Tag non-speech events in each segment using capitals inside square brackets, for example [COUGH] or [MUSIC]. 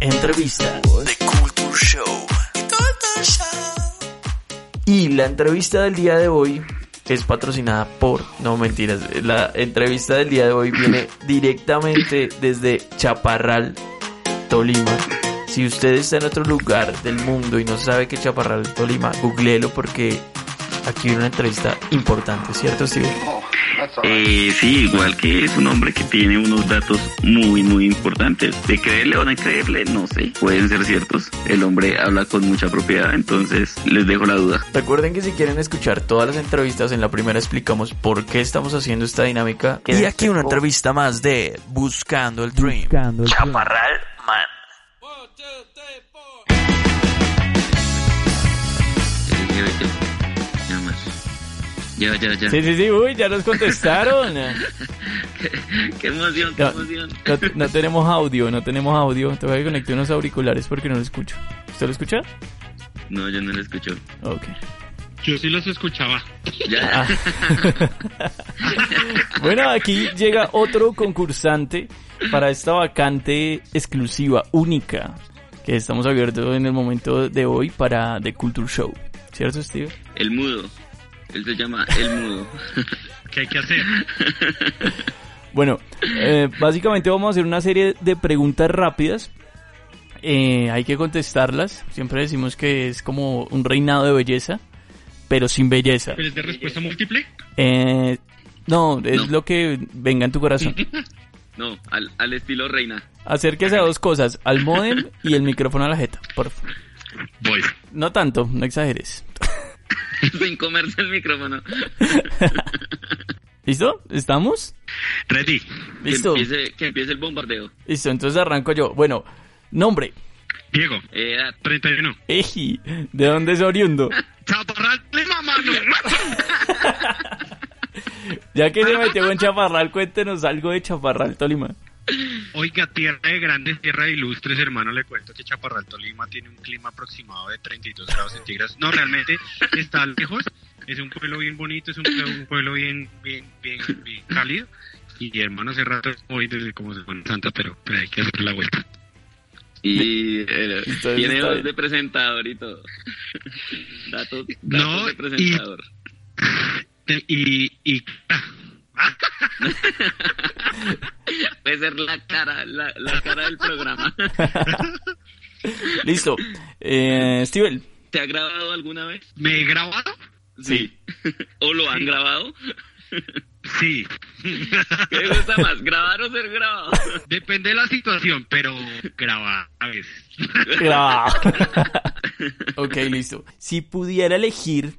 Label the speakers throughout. Speaker 1: entrevista de Culture Show. Y la entrevista del día de hoy es patrocinada por, no mentiras, la entrevista del día de hoy viene directamente desde Chaparral, Tolima. Si usted está en otro lugar del mundo y no sabe que Chaparral, Tolima, googleelo porque aquí viene una entrevista importante, ¿cierto, Steve?
Speaker 2: Eh, sí, igual que es un hombre que tiene unos datos muy, muy importantes. De creerle o no creerle, no sé, pueden ser ciertos. El hombre habla con mucha propiedad, entonces les dejo la duda.
Speaker 1: Recuerden que si quieren escuchar todas las entrevistas, en la primera explicamos por qué estamos haciendo esta dinámica. Y aquí una entrevista más de Buscando el Dream. Chaparral Man.
Speaker 2: Ya, más. ya, ya. ya.
Speaker 3: Sí, sí, sí, uy, ya nos contestaron.
Speaker 2: Qué emoción, qué
Speaker 3: No,
Speaker 2: emoción.
Speaker 3: no, no tenemos audio, no tenemos audio. Te voy a conectar unos auriculares porque no lo escucho. ¿Usted lo escucha?
Speaker 2: No, yo no lo escucho.
Speaker 3: Ok.
Speaker 4: Yo sí los escuchaba.
Speaker 2: Ya.
Speaker 3: Ah. [LAUGHS] bueno, aquí llega otro concursante para esta vacante exclusiva, única, que estamos abiertos en el momento de hoy para The Culture Show. ¿Cierto, Steve?
Speaker 2: El mudo. Él se llama El mudo.
Speaker 4: ¿Qué hay que hacer?
Speaker 3: Bueno, eh, básicamente vamos a hacer una serie de preguntas rápidas. Eh, hay que contestarlas. Siempre decimos que es como un reinado de belleza, pero sin belleza.
Speaker 4: ¿Pero es de respuesta múltiple?
Speaker 3: Eh, no, es
Speaker 2: No.
Speaker 3: lo que venga en tu corazón.
Speaker 2: No, al, al estilo reina. [LAUGHS]
Speaker 3: Acérquese a dos cosas, al modem y el micrófono a la jeta, por favor.
Speaker 4: Voy.
Speaker 3: No tanto, no exageres.
Speaker 2: Sin comerse el micrófono.
Speaker 3: ¿Listo? ¿Estamos?
Speaker 4: Ready.
Speaker 3: [LAUGHS] Listo.
Speaker 2: Que empiece, que empiece el bombardeo.
Speaker 3: Listo, entonces arranco yo. Bueno, nombre.
Speaker 4: Diego.
Speaker 2: Eh, edad.
Speaker 4: 31.
Speaker 3: Eji, ¿de dónde es oriundo?
Speaker 4: Chaparral de mamá.
Speaker 3: Ya que se metió en Chaparral, cuéntenos algo de Chaparral, Tolima. [LAUGHS]
Speaker 4: Oiga, tierra de grandes, tierra de ilustres, hermano, le cuento que Chaparral Tolima tiene un clima aproximado de 32 grados centígrados. No, realmente está lejos. Es un pueblo bien bonito, es un pueblo, un pueblo bien, bien, bien, bien cálido. Y hermano, hace rato voy desde como se pone Santa, pero, pero hay que hacer la vuelta.
Speaker 2: Y eh,
Speaker 3: Está bien,
Speaker 2: tiene
Speaker 3: está
Speaker 2: voz
Speaker 3: bien.
Speaker 2: de presentador y todo. [LAUGHS] Datos, datos
Speaker 4: No,
Speaker 2: de
Speaker 4: y-
Speaker 2: presentador. [LAUGHS]
Speaker 4: Y, y ah,
Speaker 2: Puede ser la cara, la, la cara del programa. [LAUGHS]
Speaker 3: Listo. Eh, Steven,
Speaker 2: ¿Te ha grabado alguna vez?
Speaker 4: me he grabado.
Speaker 2: Sí. [LAUGHS] ¿O lo han grabado?
Speaker 4: Sí,
Speaker 2: ¿Qué gusta más, [LAUGHS] grabar o ser grabado?
Speaker 4: Depende de la situación, pero graba a veces.
Speaker 3: grabado. Ah. ok, listo. Si pudiera elegir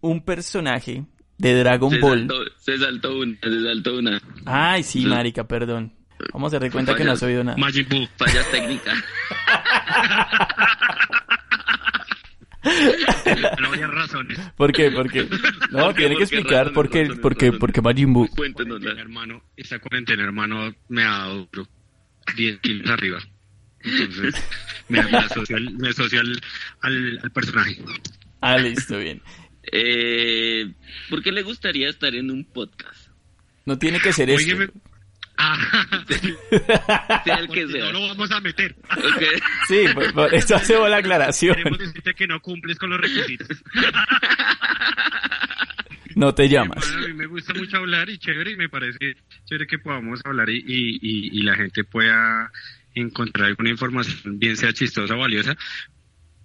Speaker 3: un personaje de Dragon
Speaker 2: [LAUGHS] se,
Speaker 3: Ball.
Speaker 2: saltó, se saltó una, se saltó una.
Speaker 3: Ay, sí, marica, perdón. Vamos a dar cuenta que no has oído nada.
Speaker 4: Majin Buu.
Speaker 2: Fallas técnicas.
Speaker 4: No había razones.
Speaker 3: ¿Por qué? ¿Por qué? [LAUGHS] No,
Speaker 2: ¿Por qué?
Speaker 3: tiene
Speaker 2: ¿Por
Speaker 3: que
Speaker 2: qué?
Speaker 3: explicar
Speaker 2: Razones,
Speaker 3: por qué,
Speaker 2: razones,
Speaker 3: por qué,
Speaker 2: razones.
Speaker 3: por qué Majin Buu.
Speaker 2: Cuéntenos.
Speaker 4: Cuarentena, hermano, esta cuarentena, hermano, me ha dado duro. 10 kilos arriba. Entonces, me, me asocio, al, me asocio al, al- al personaje.
Speaker 3: Ah, listo, bien.
Speaker 2: Eh, ¿Por qué le gustaría estar en un podcast?
Speaker 3: No tiene que ser eso.
Speaker 4: Óigeme. Ah,
Speaker 2: Sea el que
Speaker 4: porque
Speaker 2: sea.
Speaker 4: no lo vamos a meter.
Speaker 2: Ok.
Speaker 3: Sí, por, por eso hacemos la aclaración.
Speaker 4: Queremos decirte que no cumples con los requisitos.
Speaker 3: No te llamas.
Speaker 4: Bueno, a mí me gusta mucho hablar y chévere, y me parece chévere que podamos hablar y, y, y- y la gente pueda encontrar alguna información, bien sea chistosa o valiosa,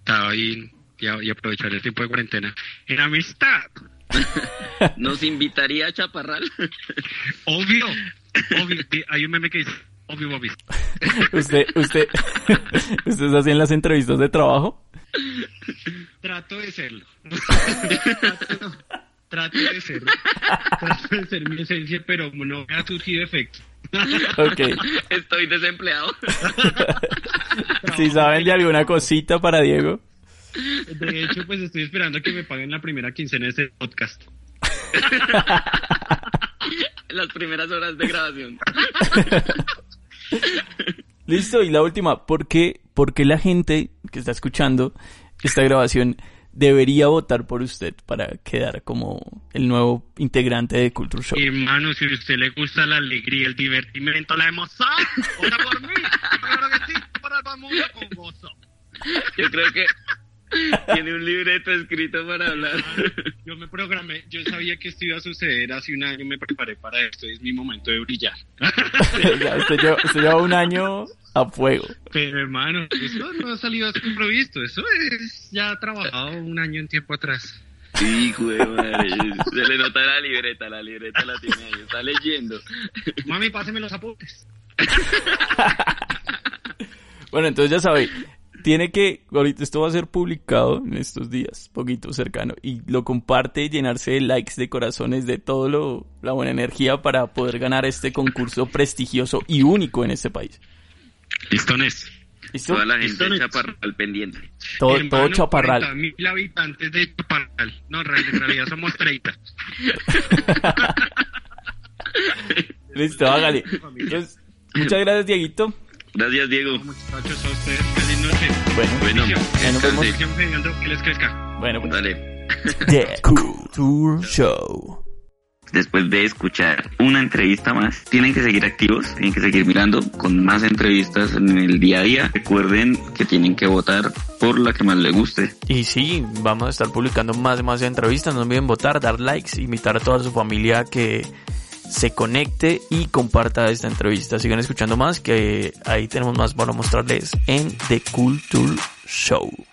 Speaker 4: estaba ahí y, a- y aprovechar el tiempo de cuarentena. En amistad,
Speaker 2: [LAUGHS] ¿Nos invitaría a Chaparral? [LAUGHS]
Speaker 4: obvio, obvio, Sí, hay un meme que dice, obvio, obvio.
Speaker 3: Usted, usted, [LAUGHS] ustedes hacen las entrevistas de trabajo.
Speaker 4: Trato de serlo. [LAUGHS] trato, trato de serlo. Trato de ser mi esencia, pero no me ha surgido efecto. [LAUGHS]
Speaker 3: Ok.
Speaker 2: [LAUGHS]
Speaker 3: [LAUGHS]
Speaker 2: Estoy desempleado.
Speaker 3: Si saben de alguna cosita para Diego. [LAUGHS]
Speaker 4: De hecho, pues estoy esperando que me paguen la primera quincena de este podcast.
Speaker 2: Las primeras horas de grabación.
Speaker 3: [LAUGHS] Listo, y la última. ¿Por qué, por qué la gente que está escuchando esta grabación debería votar por usted para quedar como el nuevo integrante de Culture Show? [LAUGHS]
Speaker 4: Hermano, si a usted le gusta la alegría, el divertimento, la emoción, vota por mí. Claro que sí, para el mundo con gozo.
Speaker 2: Yo creo que tiene un libreto escrito para hablar.
Speaker 4: Yo me programé, yo sabía que esto iba a suceder hace un año, me preparé para esto, es mi momento de brillar.
Speaker 3: Ya, Usted lleva, usted lleva un año a fuego.
Speaker 4: Pero hermano, eso no ha salido así improviso, eso es ya trabajado un año en tiempo atrás.
Speaker 2: Hijo de madre. Se le nota la libreta, la libreta la tiene ahí, está leyendo.
Speaker 4: Mami, páseme los apuntes.
Speaker 3: Bueno, entonces ya sabéis. Tiene que, ahorita esto va a ser publicado en estos días, poquito cercano, y lo comparte, llenarse de likes, de corazones, de todo lo, la buena energía para poder ganar este concurso prestigioso y único en este país.
Speaker 4: Listones.
Speaker 3: ¿Listo?
Speaker 2: Toda la gente
Speaker 4: Listones.
Speaker 2: echa para al pendiente.
Speaker 3: Todo, todo chaparral.
Speaker 4: mil habitantes de chaparral. No, en realidad, en realidad somos 30.
Speaker 1: [LAUGHS]
Speaker 3: Listo, hágale. Entonces, muchas gracias, Dieguito.
Speaker 2: Gracias, Diego.
Speaker 4: Muchachos, a ustedes feliz noche.
Speaker 3: Bueno,
Speaker 2: Bueno,
Speaker 4: Ya
Speaker 3: nos
Speaker 2: descanse.
Speaker 3: vemos.
Speaker 4: Sigan pegando, que les crezca.
Speaker 3: bueno, pues.
Speaker 2: Dale.
Speaker 3: The Culture Show.
Speaker 2: después de escuchar una entrevista más. Tienen que seguir activos, tienen que seguir mirando con más entrevistas en el día a día. Recuerden que tienen que votar por la que más les guste.
Speaker 1: Y sí, vamos a estar publicando más y más entrevistas. No olviden votar, dar likes, invitar a toda su familia a que se conecte y comparta esta entrevista. Sigan escuchando más, que ahí tenemos más para mostrarles en The Culture Show.